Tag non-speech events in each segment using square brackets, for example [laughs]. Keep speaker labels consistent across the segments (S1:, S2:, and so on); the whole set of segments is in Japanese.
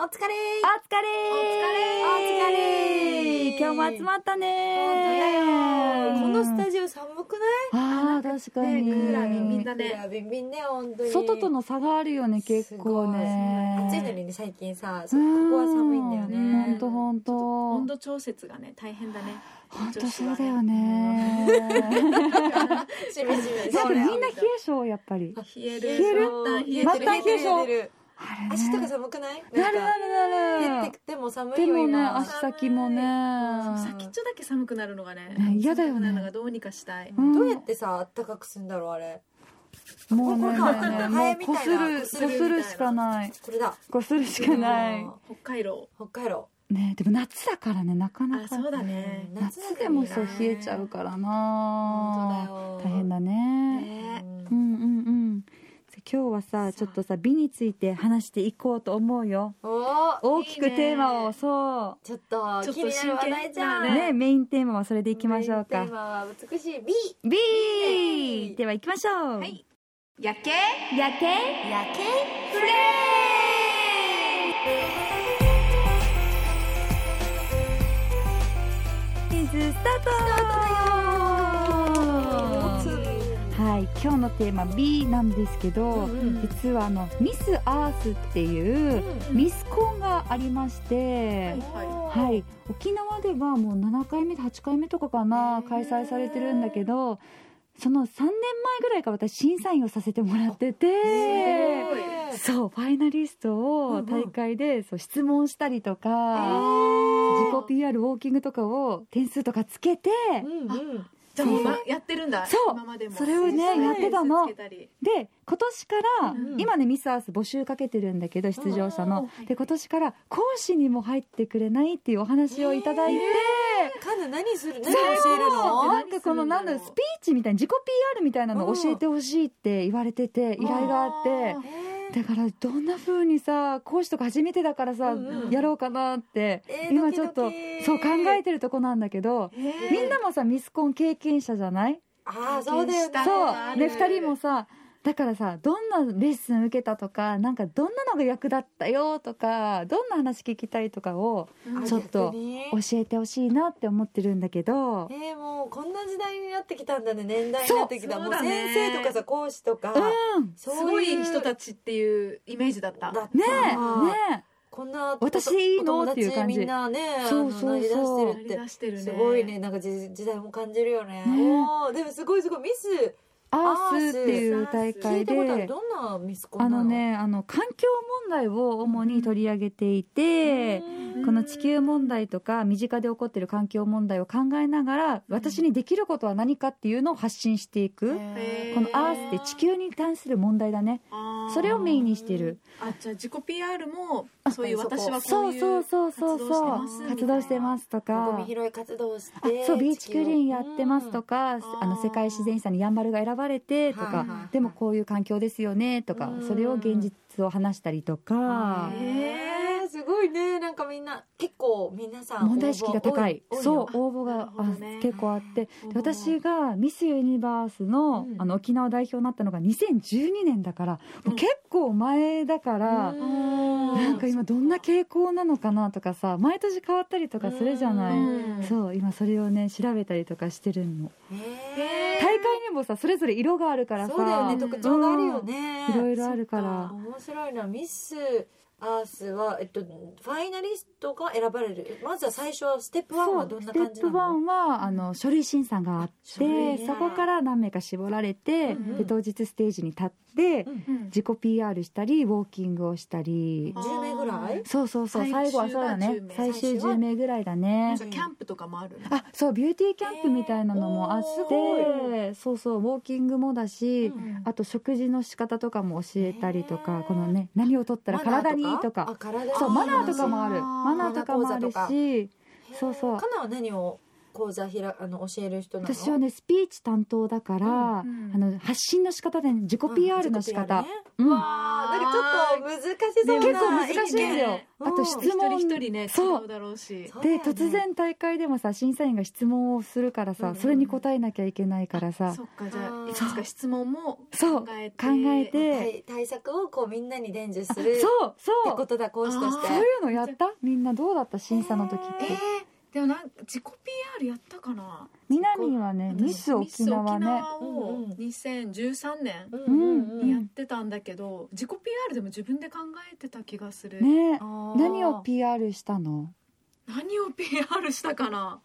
S1: お疲れ
S2: お疲れ
S1: お疲れ
S2: 今日も集まった
S1: 本
S2: ね
S1: 当だよこのスタジオ寒く
S2: あー確か
S1: ないね
S2: に
S1: クーラービンビンだ
S3: クーラ
S1: ね。ビンビンね、本当に。
S2: 外との差があるよね結構ね
S1: 暑いのにね、最近さ、そうこ
S2: ん
S1: こは寒いんだよ
S2: ほ
S1: ね
S2: ん。とほんと
S3: 温度調節がね大変だね
S2: ほんとそうだよね
S1: しみじみ。
S2: やっぱ
S3: そう
S2: みん
S3: だよ
S2: な冷え性やっぱり
S3: 冷える
S1: 冷え
S2: る
S3: 冷え
S2: ま
S3: て
S2: た
S3: る
S2: 冷えてる
S1: る。
S2: あれね
S1: 足とか寒くない
S2: なる
S1: んか
S2: なるな
S1: 出
S2: る
S1: てきても寒い
S2: で
S1: よ
S2: もね
S1: 今
S2: 足先もね
S3: 先っちょだけ寒くなるのがね
S2: ね嫌だよね
S3: 寒くなるのがどうにかしたい
S2: ん
S1: どうやってさ、あったかくすんだろう、あれ。
S2: もうね
S1: ここからね
S2: もうこす
S1: ハエ
S2: る
S1: み
S2: こ
S1: たいな
S2: するしかない
S1: これだ。
S2: こするしかない
S1: うん
S3: 北海道
S1: 北海道。
S2: ねでも夏だからねなかなか
S3: あそうだね
S2: 夏でもそう冷えちゃうからな
S1: 本当だよ。
S2: 大変だね
S1: ね。
S2: うんうんうんじゃあ今日はさちょっとさ美について話していこうと思うよ
S1: おお
S2: 大きくテーマをそう
S1: ちょっと
S3: ちょっと
S1: 気になる話題じゃん。
S3: 真剣だ
S2: ねメインテーマはそれでいきましょう
S1: メイン
S2: か
S1: テーマは美しい美。
S2: B では行きましょう
S3: はい夜景
S2: やけ
S1: 夜景
S2: フレーズスタートはい今日のテーマ B なんですけど、
S1: うんうん
S2: 実はあのミスアースっていうミスコンがありまして、
S1: は
S2: はい、沖縄ではもう7回目8回目とかか
S1: へ
S2: な
S1: ー
S2: 開催されてるんだけどその3年前ぐらいから私審査員をさせてもらって
S3: す
S2: て
S3: ごい
S2: そうファイナリスト
S1: うんう
S2: を
S1: ん
S2: 大会でそう質問したりとか自己 PR ウォーキングとかを点数とかつけて
S1: うんうん。
S3: じゃあもうまやってるんだ
S2: そう
S3: 今までも
S2: それをね
S3: そう
S2: やってたの
S3: つけたり
S2: で今年から、
S3: うん
S2: 今ねミスアース募集かけてるんだけど出場者
S1: うん
S2: の
S3: はい
S2: で今年から講師にも入ってくれないっていうお話をいただいて、
S1: カンヌ何する何
S2: そう
S1: 教える
S3: そう
S1: の
S2: なんかこのなんだろうスピーチみたいな自己 PR みたいなのを教えてほしいって言われてて依頼があって
S3: あ
S2: だからどんな風にさ講師とか初めてだからさ
S1: うん
S3: うん
S2: やろうかなって
S1: えー
S2: 今ちょっと
S1: ドキドキ
S2: そう考えてるとこなんだけど
S3: ーへー
S2: みんなもさミスコン経験者じゃない
S1: ああそうだよね
S3: あ
S2: そうね
S3: る
S2: 2人もさだからさどんなレッスン受けたとかなんかどんなのが役立ったよとかどんな話聞きたいとかを
S3: うん
S2: ちょっと教えてほしいなって思ってるんだけど
S1: えー、もうこんな時代になってきたんだね年代になってきた
S3: そう
S1: もう
S3: そうだ
S1: 先
S3: ね
S1: 生とかさ講師とか、
S2: うん
S1: そう
S3: すごい人
S1: だ
S3: たちっていうイメージだった
S1: った
S2: ねえ
S1: あ
S2: ねえ
S1: こんな
S2: 私でいいの
S1: お友達
S2: っていう感じ
S1: みんなねあの
S2: そうそうそう
S1: 成り出
S3: や
S1: して
S3: り
S1: るっ
S3: 出し
S1: て
S3: てる
S1: す
S3: ね
S1: ごいねなんか時時代も感じるよね
S2: ね
S1: おーでもすごいすごいミス
S2: アースっていう大
S1: 聞
S2: 会
S1: いたことある
S2: で
S1: どんなミスコン
S2: あ
S1: なの
S2: のねあの環境問題を主に取り上げていて
S1: うん
S2: この地球問題とか身近で起こっている環境問題を考えながら私にできることは何かっていうのを発信していく
S1: へー
S2: このアースって地球に関する問題だね
S3: あー
S2: それをメインにしている
S3: あじゃあ自己 PR もそういう
S1: あそこ
S3: 私はこ
S2: そうう
S3: いう
S2: そうそうそう
S3: 活動して
S2: そ
S3: ま
S2: う活動してます
S3: す
S2: すと
S1: ゴ
S2: か
S1: ミ拾い活動をし
S2: あ
S1: て
S2: そうビーチクリーンやってますと
S1: か
S2: か、
S3: ー
S2: あの世界自然遺産にやんばるが選ばれてとか、
S1: はいはい
S2: でもこういう環境ですよねとか、
S1: うん
S2: それを現実を話したりとか、
S1: えー、すごいねなんかみんな結構皆さん
S2: 問題意識が高い
S1: 応募多
S2: そう
S1: 多
S2: 応募
S3: なる
S2: があ
S3: ほどね
S2: 結構あってで
S3: 応募
S2: 私がミスユニバースの,、
S1: うん
S2: あの沖縄代表になったのが2012年だから、もう結構前だから。
S1: う
S3: うん
S2: なんか今どんな傾向なのかなとかさ毎年変わったりとかするじゃない、
S3: うん
S2: そう今それをね調べたりとかしてるの
S1: えー、
S2: 大会にもさそれぞれ色があるからさ
S1: そうだよね
S3: と
S1: 特徴があるよね、
S2: いろいろあるか
S1: あ
S2: ら
S1: 面白いなミスアースは、えっと、ファイナリストが選ばれるまずは最初はステップ1
S2: そ
S1: は
S2: う
S1: どんな
S2: ステ
S1: 感じ
S2: ップ
S1: なの
S2: 1はあの書類審査があっ
S1: 書類
S2: て
S1: ね
S2: そこから何名か絞られて、
S3: うんうん
S2: で当日ステージに立って、
S1: うん
S3: うん
S2: 自己 PR したりウォーキングをしたり、
S3: あ
S1: 10名ぐらい
S2: そうそうそう最
S3: 最終
S2: 後
S3: が
S2: はそうだね
S3: 10名
S2: 最終10名ぐらいだね
S3: なんかキャンプとかもある
S2: あそうビューティーキャンプみたいなのもあって、
S1: えー
S2: そうそうウォーキングもだし、
S1: うん
S2: あと食事の仕方とかも教えたりとか、
S1: えー
S2: このね何を取ったら体にいいと
S1: マナーあ
S2: か
S1: 体にいい
S2: そうマナーとかもあ
S3: あ
S2: る
S3: ー
S2: マナーとかもある
S1: マナー講座
S2: し
S1: へー
S2: そうそう
S1: カナは何を講座ひらあの教える人なの
S2: 私はねスピーチ担当だから、
S3: うんうん
S2: あの発信の仕方で、ね、自己 PR の仕方、うん
S1: あーなんかちょっと難しそうな
S2: 結構難しいんです
S1: 意見
S2: よ
S1: うん
S2: あと質
S3: 一人
S2: 問
S3: 一人ね
S2: そう
S3: 違うだろうし
S1: そうだ
S2: で
S1: よね
S2: 突然大会でもさ審査員が質問をするからさ、
S1: うんうん
S2: それに答えなきゃいけないからさ
S3: そっかじゃ
S1: あ
S3: あ
S1: ー
S3: いくつか質問も
S2: そう
S3: 考えて
S2: 考えて
S1: 対対策をこうみんなに伝授するって
S2: そうそう
S1: ことだ講師とし
S2: そ
S1: て
S2: ういうのやったみんなどうだった審査の時っ
S3: え
S2: て、
S3: ーでもなんか自己 PR やったかな
S2: みなみんはね
S3: 私
S2: ミス沖縄
S3: ミス
S2: ね
S3: 沖縄
S1: うんうん
S3: を2013年
S1: うん
S2: うん
S3: にやってたんだけど、自己 PR でも自分で考えてた気がする、
S2: ね何
S1: 何
S2: を PR したの
S3: 何を PR したかな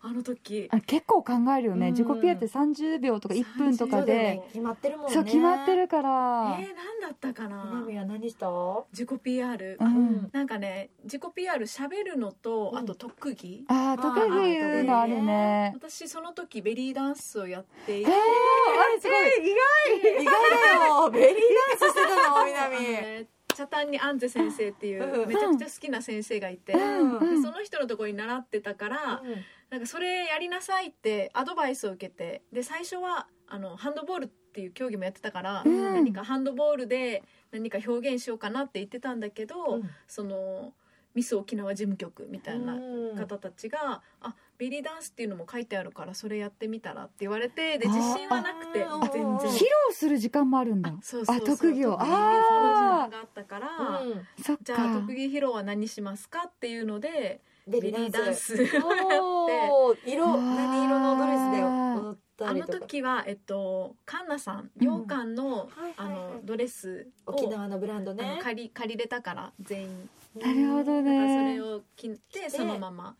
S3: あの時
S2: あ結構考えるよね、
S1: うん
S2: 自己 PR って30秒とか1分と
S1: そ
S2: か
S1: うだよ
S2: で、
S1: ね決まってるもんね
S2: そう決まってるか
S3: えー、
S2: ら、
S3: 何だったかな
S1: 南は何した
S3: 自己 PR、
S2: う
S1: うんん
S3: なんかね自己 PR 喋るのと、
S1: うん
S3: あと特技
S2: ああ特技のあるね
S3: 私その時ベリーダンスをやってい
S2: え
S3: て
S2: ー、あれすごい、
S1: 意外だよベリーダンスしてた [laughs] の
S3: あの
S1: 南
S3: ねチャタンにアンゼ先生っていううんめちゃくちゃ好きな先生がいて、
S1: うん
S3: でその人のところに習ってたから、なんかそれやりなさいってアドバイスを受けてで最初はあのハンドボールっていう競技もやってたから、
S2: うん
S3: 何かハンドボールで何か表現しようかなって言ってたんだけど、
S1: うん
S3: そのミス沖縄事務局みたいな
S1: うん
S3: 方たちが「あベリーダンスっていうのも書いてあるからそれやってみたら」って言われてで
S2: あー
S3: 自信はなくて
S1: あー
S3: 全
S1: うん
S2: 披
S3: 然
S2: 露。する時間もあるんだ
S3: そうそうそう
S2: あ特技を
S3: 特
S2: あ
S3: そういう時間があったから、
S1: うん
S2: ーそっか
S3: じゃあ特技披露は何しますかっていうので
S1: ベリーダンス
S3: ベリーダンス [laughs]
S1: おー色
S2: あー
S1: 何色のドレスで踊った
S3: あ
S1: り
S3: の
S1: とか
S3: 時はえっとカンナさん
S2: うん
S3: 羊羹の、
S1: はい
S3: あ
S1: はいはい
S3: のドレスを
S1: 沖縄のブランド
S3: あ
S1: ね
S3: の借り借りれたから全員
S2: なるほど
S3: だからそ
S2: ね
S3: れを着てそのまま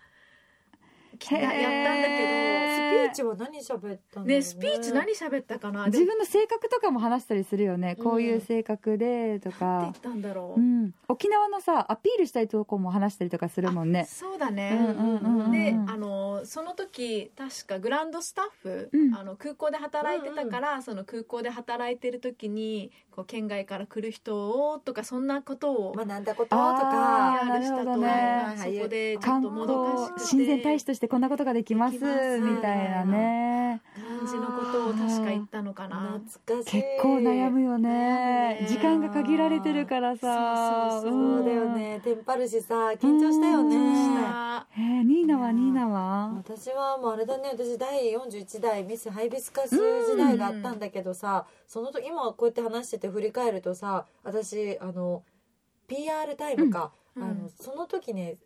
S3: 着
S2: へ
S3: た
S2: ー
S3: やったんだけ
S1: スピーチは何喋った
S3: ど
S1: の
S3: ねスピーチ何喋ったかな
S2: 自
S3: でも
S2: 分の性格とかも話したりするよね、
S1: うん
S2: こういう性格でと
S3: なん
S2: か
S3: て言ったんだろ
S2: う
S3: う、
S2: ん、沖縄のさアピールしたいとこも話したりとかするもんね
S3: そうだ
S2: うん
S3: ね、
S2: うんうんうん
S3: で、
S2: うん
S3: あのその時確かグランドスタッフ、
S2: うん
S3: あの空港で働いてたから、その空港で働いてる時にこう県外から来る人をとかそんなことを
S1: 学んだことと
S2: あ
S1: か
S2: ー
S3: PR したと思う
S2: な
S1: るほどね
S3: そこでちょっ
S2: 観
S3: ともど
S2: 光
S3: かしくて
S2: 親善大使としてこんなことができます
S3: できます
S2: みたいなね
S3: 感じのことを確か言ったのかな
S1: 懐かしい
S2: 結構悩むよね
S3: ね
S2: 時間が限られてるからさ
S3: そうそうそ
S1: そうだよねテンパるしさ緊張したよね
S2: 緊張し
S3: あ
S2: うんへえニーナは
S1: うん
S2: ニーナは
S1: 私はもうあれだね私第41代ミスハイビスカス時代があったんだけどさ、その時今こうやって話してて振り返るとさ私あの PR タイムか、
S3: うん
S1: あのその時ね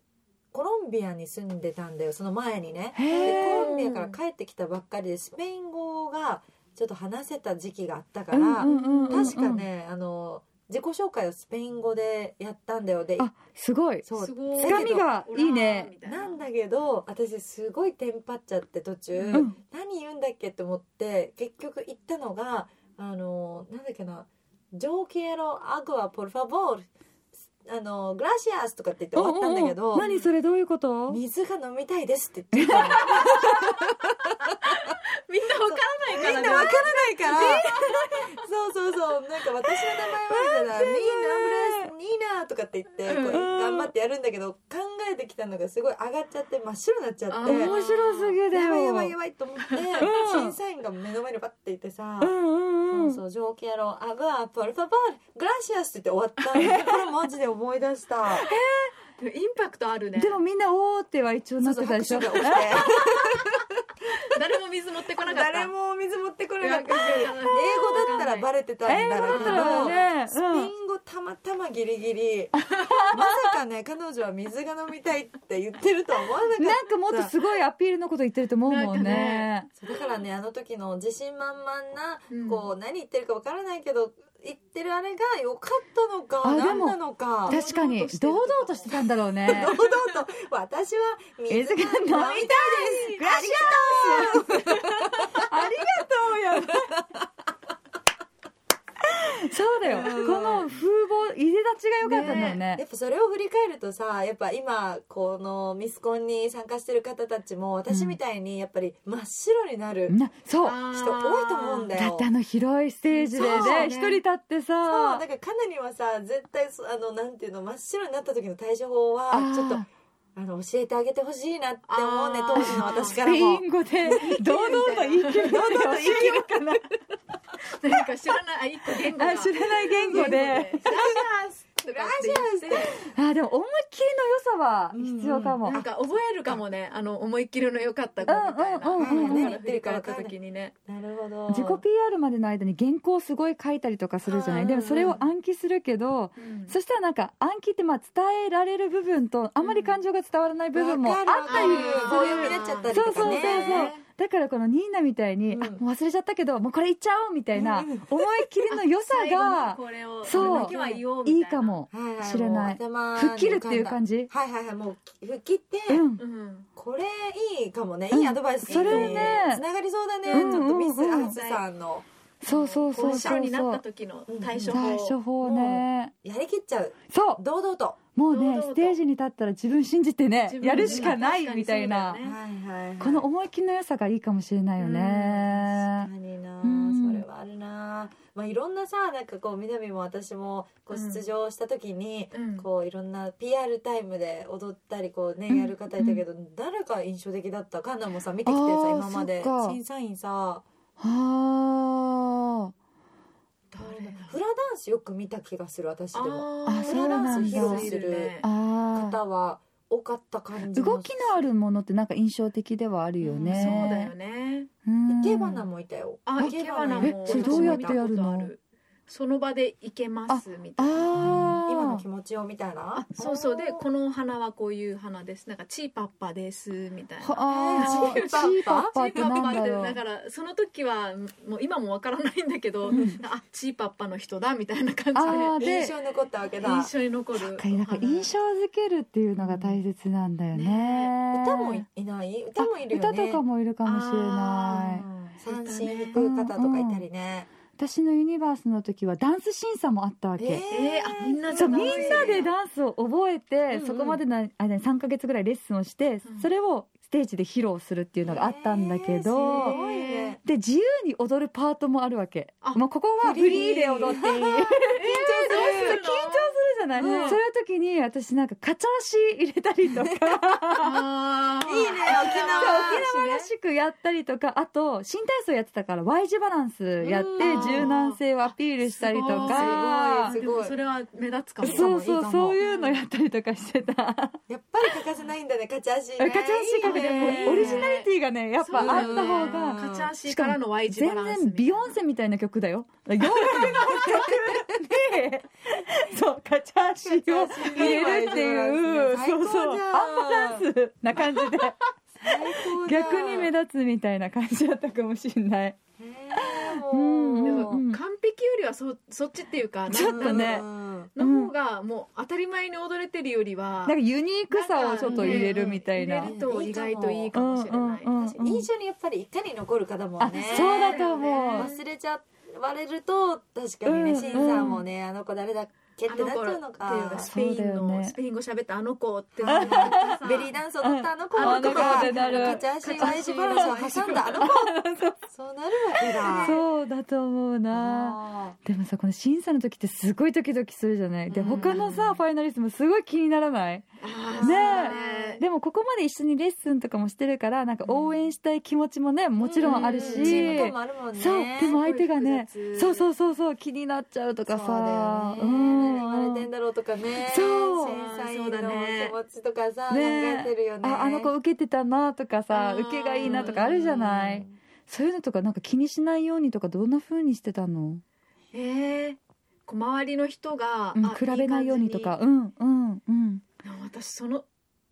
S1: コロンビアに住んでたんだよその前にね
S2: へ
S1: で
S2: え
S1: コロンビアから帰ってきたばっかりでスペイン語がちょっと話せた時期があったから、確かねあの自己紹介をスペイン語でやったんだよで
S2: あすごい
S1: そう
S3: すごい
S1: つかみ
S2: がいいね
S3: みたい
S1: なんだけど私すごいテンパっちゃって途中、
S2: うん
S1: 何言うんだっけと思って結局言ったのがあのなんだっけな「ジョーケロアグアポルファボール」あの「グラシアス」とかって言って終わったんだけ
S2: おうおうお
S1: ど
S2: う何それどういうこと
S1: 水が飲みたいですって言ってたの
S3: みんなわからない
S1: み
S3: から
S1: ん
S3: ね
S1: なわからないからそうそうそうなんか私の名前はみたいな「ニーナブレスニーナ」とかって言ってこう
S3: うん
S1: 頑張ってやるんだけど考えてきたのがすごい上がっちゃって真っ白になっちゃ
S3: あ
S1: って。
S2: 面白すぎだ
S1: やばいや
S2: よ
S1: ばいやばいと思って、審査員が目の前にバッていてさ、
S2: うんうんうん
S1: そうそう、情景やろう、アグア、ポルファボール、グラシアスって言って終わった。これマジで思い出した。
S3: でもインパクトあるね
S2: でもみんなおーっては一応
S1: そ
S2: な
S1: う
S2: っ
S1: そう、
S2: てたで
S1: 拍
S2: し
S1: 手
S2: ょ
S1: が起きて。
S3: 誰も水持ってこなかった
S1: 誰も水持ってこれなくて、
S3: わかんない
S1: 英語だったらバレてたんだ
S2: 英語だったら
S1: け
S2: ね
S1: ど、
S2: うん
S1: スペイン語たまたまギリギリ。まさかね、彼女は水が飲みたいって言ってるとは思わなかった。
S2: なんかもっとすごいアピールのこと言ってると思うもんね
S3: な
S1: そうだからねあの時の自信満々な、
S3: うん
S1: こう何言ってるかわからないけど言ってるあれが良かったのか
S2: あで
S1: 何
S2: も
S1: なのか
S3: だ
S2: 確かに堂々としてたんだろ [laughs] うね
S1: 堂々と「私は水が飲みたい
S2: 飲
S1: で
S2: み
S1: すグラシアス!
S2: ありがとうやそうだよ、
S1: うん
S2: この風貌いでたちが良かったんだよね」
S1: やっぱそれを振り返るとさやっぱ今このミスコンに参加してる方たちも私みたいにやっぱり真っ白になる
S2: なそうだ
S3: あー
S1: 人多いと思うんだよ。
S2: ってあの広いステージで
S3: そう
S2: ね
S3: ね
S2: 一人立っ
S1: そ
S2: て
S1: う
S2: さ
S1: だからカナにはさ絶対そあのなんていうの真っ白になった時の対処法は
S2: あー
S1: ちょっとあの教えてあげてほしいなって思うね
S3: あー
S1: 当時の私か
S2: ス
S1: ら
S2: ペ
S1: も
S2: イン語 [laughs] で堂々と言い切る堂々と言い切るかな
S3: なんか知らないあ一個言語が
S2: あ知らない言語で
S3: 「ラジャース」とかって言って
S2: あでも思いっきりの良さは必要かも、
S3: なんか覚えるかもねあの思いっきりの良かった子みたいな
S2: うんうんうんうん
S3: うん振り返った時にね
S1: なるほど
S2: 自己 PR までの間に原稿をすごい書いたりとかするじゃな
S3: う
S2: い
S3: ん
S2: でもそれを暗記するけどそしたらなんか暗記ってまあ伝えられる部分とあんまり感情が伝わらない部分もあっ
S1: わか
S2: た
S1: る
S2: り
S1: わ
S2: す
S1: かる
S2: る
S1: 棒読みになっちゃったりとかね
S2: そうそうそうそうだからこのニーナみたいに、
S1: うん
S2: あもう忘れちゃったけどもうこれいっちゃおうみたいな
S1: うん
S2: 思い切りの良さ
S3: 最後に
S2: が
S3: これを
S2: そう
S3: これだけは言おうみたいない
S2: いかも
S1: はいはい
S2: 知らない
S1: もう頭に浮かんだ
S2: 吹っ切るっていう感じ
S1: はいはいはいもう吹っ切って、
S2: うん
S3: うん
S1: これいいかもね
S2: うん
S1: いいアドバイスに
S2: それね
S1: つながりそうだね、
S2: うんうんうん
S1: ちょっとミスアーツさんの
S2: そうそうそう
S3: 後
S2: そ
S3: ろ
S2: う
S3: にな
S2: そ
S3: った
S2: う
S3: 時の対処
S2: 対
S3: 法
S2: 処法ね
S1: やりきっちゃう
S2: そう
S1: 堂々とは
S2: もう
S3: 堂
S2: ね
S3: 々と
S2: ステージに立ったら自分信じてね
S3: 自分
S2: やるしかな
S3: 確
S2: い
S3: かに
S2: みたいな
S3: そうだよね
S1: いはい、はい、
S2: この思い切りの良さがいいかもしれないよ
S1: 確
S2: ね
S1: かにな、
S2: うん
S1: それはあるなまあいろんなさなんかこう南も私もこう
S3: うん
S1: 出場した時に、
S3: うん
S1: こういろんな PR タイムで踊ったりこうね、
S2: うん
S1: やる方いたけど、誰が印象的だったかんなもさ見てきてさ
S2: あー
S1: 今まで
S2: そっか
S1: 審査員さ
S2: はあ
S3: 誰だ
S1: フラダンスよく見た気がする私でも
S3: ー
S2: あそうなんだ
S3: フラダンス披露するね
S2: あー
S1: 方は多かった感じも
S2: 動きのあるものってなんか印象的ではあるよ
S3: うん
S2: ね、
S3: そうだよね
S2: うん
S1: 生け花もいたよ
S3: あ、いけばなも
S2: えそれどうやってやるの
S3: 私も見たことあるその場でいけますみたいな
S2: ああ
S1: 今の気持ちをみたいな
S3: そうそうで
S1: こ
S3: この花はこういう花ですなんかチーパッパですみたいな
S2: はあ
S1: え
S2: ー
S1: ー
S2: チーパッパっ
S3: チ
S2: て
S3: ーパ
S2: な
S3: ッパ
S2: ん
S3: っ
S2: だ
S3: て
S2: ろ
S3: だ
S2: う
S3: からその時はもう今もわからないんだけど、
S1: うん
S3: あチーパッパの人だみたいな感
S2: あー
S3: じで
S2: で
S1: 印象に残ったわけだ
S3: 印象に残る
S2: そっかなんか印象づけるっていうのが大切なんだよね
S1: 歌もいない歌もいるよね
S2: あ歌とかもいるかもしれない
S1: 三振弾く方とかいたりね、
S2: 私のユニバースの時はダンス審査もあったわけ、
S3: えー、あみんな
S2: そう
S3: ダン
S2: み
S3: ス
S2: んなでダンスを覚えて、
S1: うんうん
S2: そこまでの間に3ヶ月ぐらいレッスンをして、
S3: うん
S2: それをステージで披露するっていうのがあったんだけ
S1: す
S2: ど、
S1: ごいね
S2: で自由に踊るパートもあるわけ
S3: あ
S2: もうここはフリー
S1: [laughs]
S2: で [laughs] 踊っていい緊張する
S3: 緊張
S2: じゃない、
S1: うん
S2: そういう時に私なんかカチャーシー入れたり
S1: [laughs]
S2: とか
S3: あー
S1: いいね沖縄
S2: 沖縄らしくやったりとかあと新体操やってたから Y 字バランスやっ
S1: うん
S2: て柔軟性をアピールしたりと
S1: すごい
S2: か
S1: す
S3: でもそれは目立つかも
S1: ごい
S2: そうそ
S1: いいかも
S2: うそういうのやったりとかしてた。
S1: やっぱり欠かせないんだねカチャシ
S2: ガチャンシーかけて
S3: ね
S2: もオリジナリティがねやっぱあった
S3: そうだ
S2: 方
S3: よね
S2: が
S3: カチャーシーからの Y 字
S2: 全
S3: バランス
S2: 然ビヨンセみたいな曲だよ洋楽の曲でそうカチャーシーを入れるっていう
S1: 最高
S2: そう
S1: じゃん
S2: そうアンバランスな感じ
S3: [laughs]
S2: で逆に目
S1: 立
S2: 立つみたいな感じだったかもしんない
S1: う
S3: で
S2: ん
S3: も
S2: うん
S3: 完璧よりはそそっちっていうか
S2: ちょっとね
S3: の方がもう当たり前に踊れてるより
S2: な
S3: は
S2: んかユニークさをちょっと入れるみたいな
S3: 入れると意外といいかもしれない、
S2: うんうんうん
S1: 私印象にやっぱりいかに残るかだも
S2: あ
S1: んね
S2: そうだと思う
S1: 忘れちゃわれると確かにね、
S2: うん
S1: シンさんもねあの子誰だっけってなっちゃうの
S3: あの子
S1: か
S3: っていうかスペイン
S2: そうだ
S3: の、
S2: よね
S3: スペイン語喋ったあの子っていうのが
S1: あベリーダンスを踊ったあの子
S2: あ
S1: と
S2: の子
S1: か
S2: ってなる
S1: カチャーシーワイジバランスを挟んだあの子
S2: [laughs]
S1: そうなるわけだ
S2: そうだと思うな
S1: あ
S2: でもさこの審査の時ってすごいドキドキするじゃないで
S3: うん
S2: 他のさファイナリストもすごい気にならないねえ
S3: あーそうだね
S2: でもここまで一緒にレッスンとかもしてるからなんか応援したい気持ちもねもちろんあるし、
S1: ーチーム感もあるもんね
S2: そうでも相手がね
S3: すごい複雑
S2: そうそうそうそう気になっちゃうとか
S1: そうだ
S2: さ
S1: よね何言われてんだろうとかね
S2: そう
S1: 審査員
S3: そう
S1: の
S3: だね
S1: 気持ちとかさ考
S2: ね
S1: えてるよね
S2: ああの子受けてたなとかさ
S3: うん
S2: 受けがいいなとかあるじゃない、
S1: うん
S2: そういうのとかなんか気にしないようにとかどんな風にしてたの、
S3: えーこう周りの人が、
S2: うん、
S3: あ
S2: 比べないようにとかうんうんうん
S3: いい感じに私その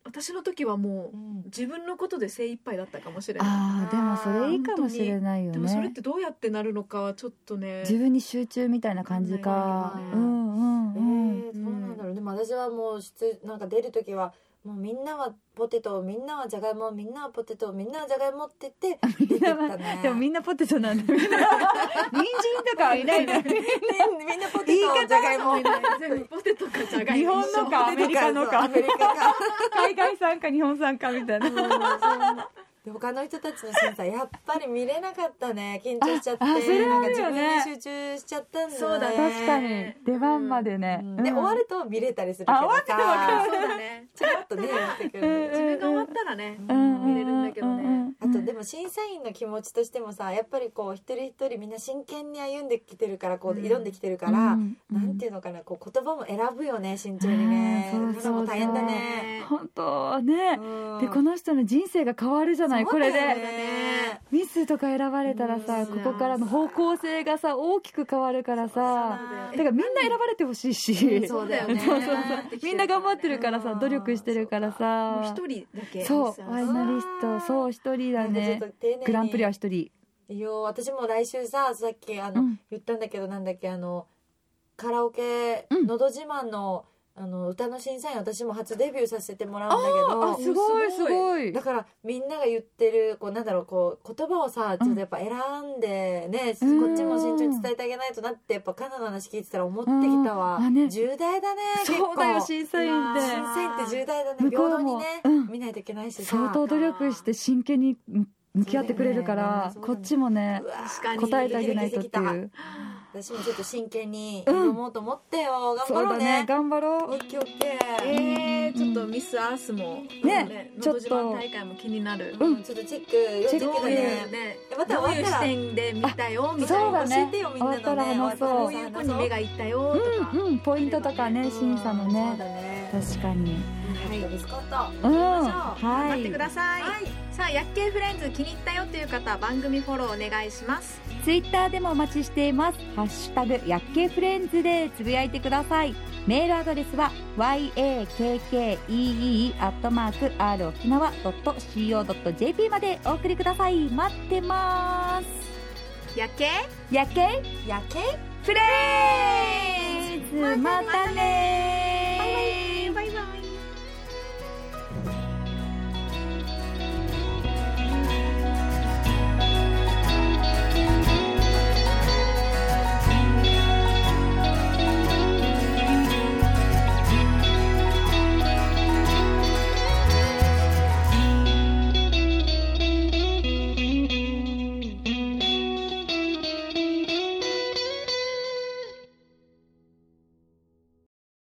S3: 私の時はも
S1: う
S3: うん自分のことで精一杯だったかもしれない
S2: あーでもそれいいかもしれないよ
S3: でもそれっ
S2: ね
S3: てどうやってなるのかはちょっとね
S2: 自分に集中みたいな感じか、
S1: うん
S2: うんうん
S1: え
S2: うん、
S1: ーそうなんだろう、でも私はもう出なんか出る時はもうみんなはポテトみんなはじゃがいもみんなはポテトみんなはじゃがいもって言って出て
S2: み
S1: き
S2: んな
S1: た
S2: は
S1: ね
S2: でもみんなポテトなん
S1: [laughs]
S2: だみんな人参とかはいないね
S1: ねみんなポテトじゃがいも
S3: 全部ポテトかじゃがいも
S2: 日本のかアメリカのか
S1: アメリカか
S2: 海外産か日本産かみたいな
S1: うんそう [laughs] で他の人たちの審査やっぱり見れなかったね緊張しちゃって
S2: ああそれは
S1: な
S2: あ
S1: んか
S2: る
S1: 自
S2: よ
S1: 分
S2: ね
S1: に集中しちゃったんだよね
S3: そうだね
S2: 確かに出番までね、
S1: うんで終わると見れたりするけど
S2: あ終わってもわか
S1: さ
S2: る
S3: そうだね
S1: ちょっとね見てくる
S3: 自分が終わったらね
S1: う
S3: 見れるんだけどね
S1: あとでも審査員の気持ちとしてもさやっぱりこう一人一人みんな真剣に歩んできてるからこう
S3: うん
S1: 挑んできてるから、なんて
S2: い
S1: いうのかなこう言葉も選ぶよね慎重にね
S2: あーそう
S1: みん
S2: そ
S1: な
S2: うそう
S1: も大変だね、
S2: 本当ね、
S1: うん
S2: でこの人の人生が変わるじゃない、
S1: そ
S2: こ
S1: うだ
S2: れ
S1: よね
S2: でミスとか選ばれたら
S1: う
S2: さ
S1: ん
S2: ここからの方向性がさ大きく変わるからさ
S3: そう
S2: だからみんな選ばれてほしいし、
S1: そうだよ
S3: そう
S1: ね
S3: そうそう
S2: みんな頑張ってるから
S1: う
S2: さ
S1: ん
S2: 努力してるから
S3: もう
S2: さ
S3: 一人だけ
S2: そう
S3: さ
S2: ファイナリストそう一人だ
S1: なん
S2: ね
S1: かちょっと丁寧に
S2: グランプリは一人
S1: いや私も来週ささっきあの、
S2: うん
S1: 言ったんだけどなんだっけあのカラオケ
S2: うん
S1: のど自慢の,、あの歌の審査員私も初デビューさせてもらうんだ
S2: あ
S1: けど
S2: すごい
S3: す
S2: す
S3: ごい
S2: ごい
S1: だからみんなが言ってるこうなんだろうこう言葉をさちょっとやっぱ選んでね、
S2: うん
S1: こっちも慎重に伝えてあげないとなってやっぱカナの話聞いてたら思ってきたわ、
S2: うんあね
S1: 重大だね結構
S2: そうだよ審査員っ
S1: 審
S2: て
S3: いやー
S1: 査員って重大だね
S2: 向
S1: 平
S2: こ
S1: 等
S2: う
S1: に
S2: も
S1: ね、
S2: うん
S1: 見ないといけないしさ
S2: 相当努力して真剣に向き合ってくれるから、
S1: そうだよね
S2: こっちもね
S1: うわー
S3: 確かに
S2: 答えてあげないとっていう
S1: 私もちょっと真剣に挑もうと思ってよ、頑張
S2: そう
S1: ろ
S2: だ
S1: う
S2: ね
S1: ね
S2: 頑張ろ
S1: オ
S2: う
S1: ッケーオッケー
S3: えー、ちょっとミス・アースも
S2: ね
S3: ち
S2: ち
S3: ょ
S2: ょ
S3: っ
S2: っ
S3: と
S2: と
S3: 自慢大会も気になる、
S2: うん
S1: ちょっとチェック
S2: チェック
S1: 要
S3: ど
S1: チ
S3: う
S1: ェ
S3: い
S1: ックだね
S3: うね
S1: えまた
S3: ど
S1: 終わ
S3: ういう
S1: った
S3: 視
S1: ら
S3: 点で見たよみたい
S2: そうだ
S3: な
S2: ね
S1: 教えてよみんなのね
S2: 終わったら話そう
S3: こ
S1: 終わ
S3: ういう
S1: った
S3: 子
S1: ら
S3: に目がいったよとか、
S2: うんうんポイントとかね審査の
S1: そうだ
S2: ね
S1: ね
S2: 確かに
S1: はい
S3: は
S1: ビスコット
S2: うん
S3: 頑張
S2: は
S3: ってく
S2: い
S3: ださい、
S1: はい
S3: さあ「薬系フレンズ」気に入ったよという方番組フォローお願いします
S2: ツイッターでもお待ちしていますハッシュタグ薬系フレンズでつぶやいてくださいメールアドレスは yakkee アットマーク r 沖縄 .co.jp までお送りください待ってます
S3: 薬系
S2: 薬系
S1: 夜景
S2: フレンズまたね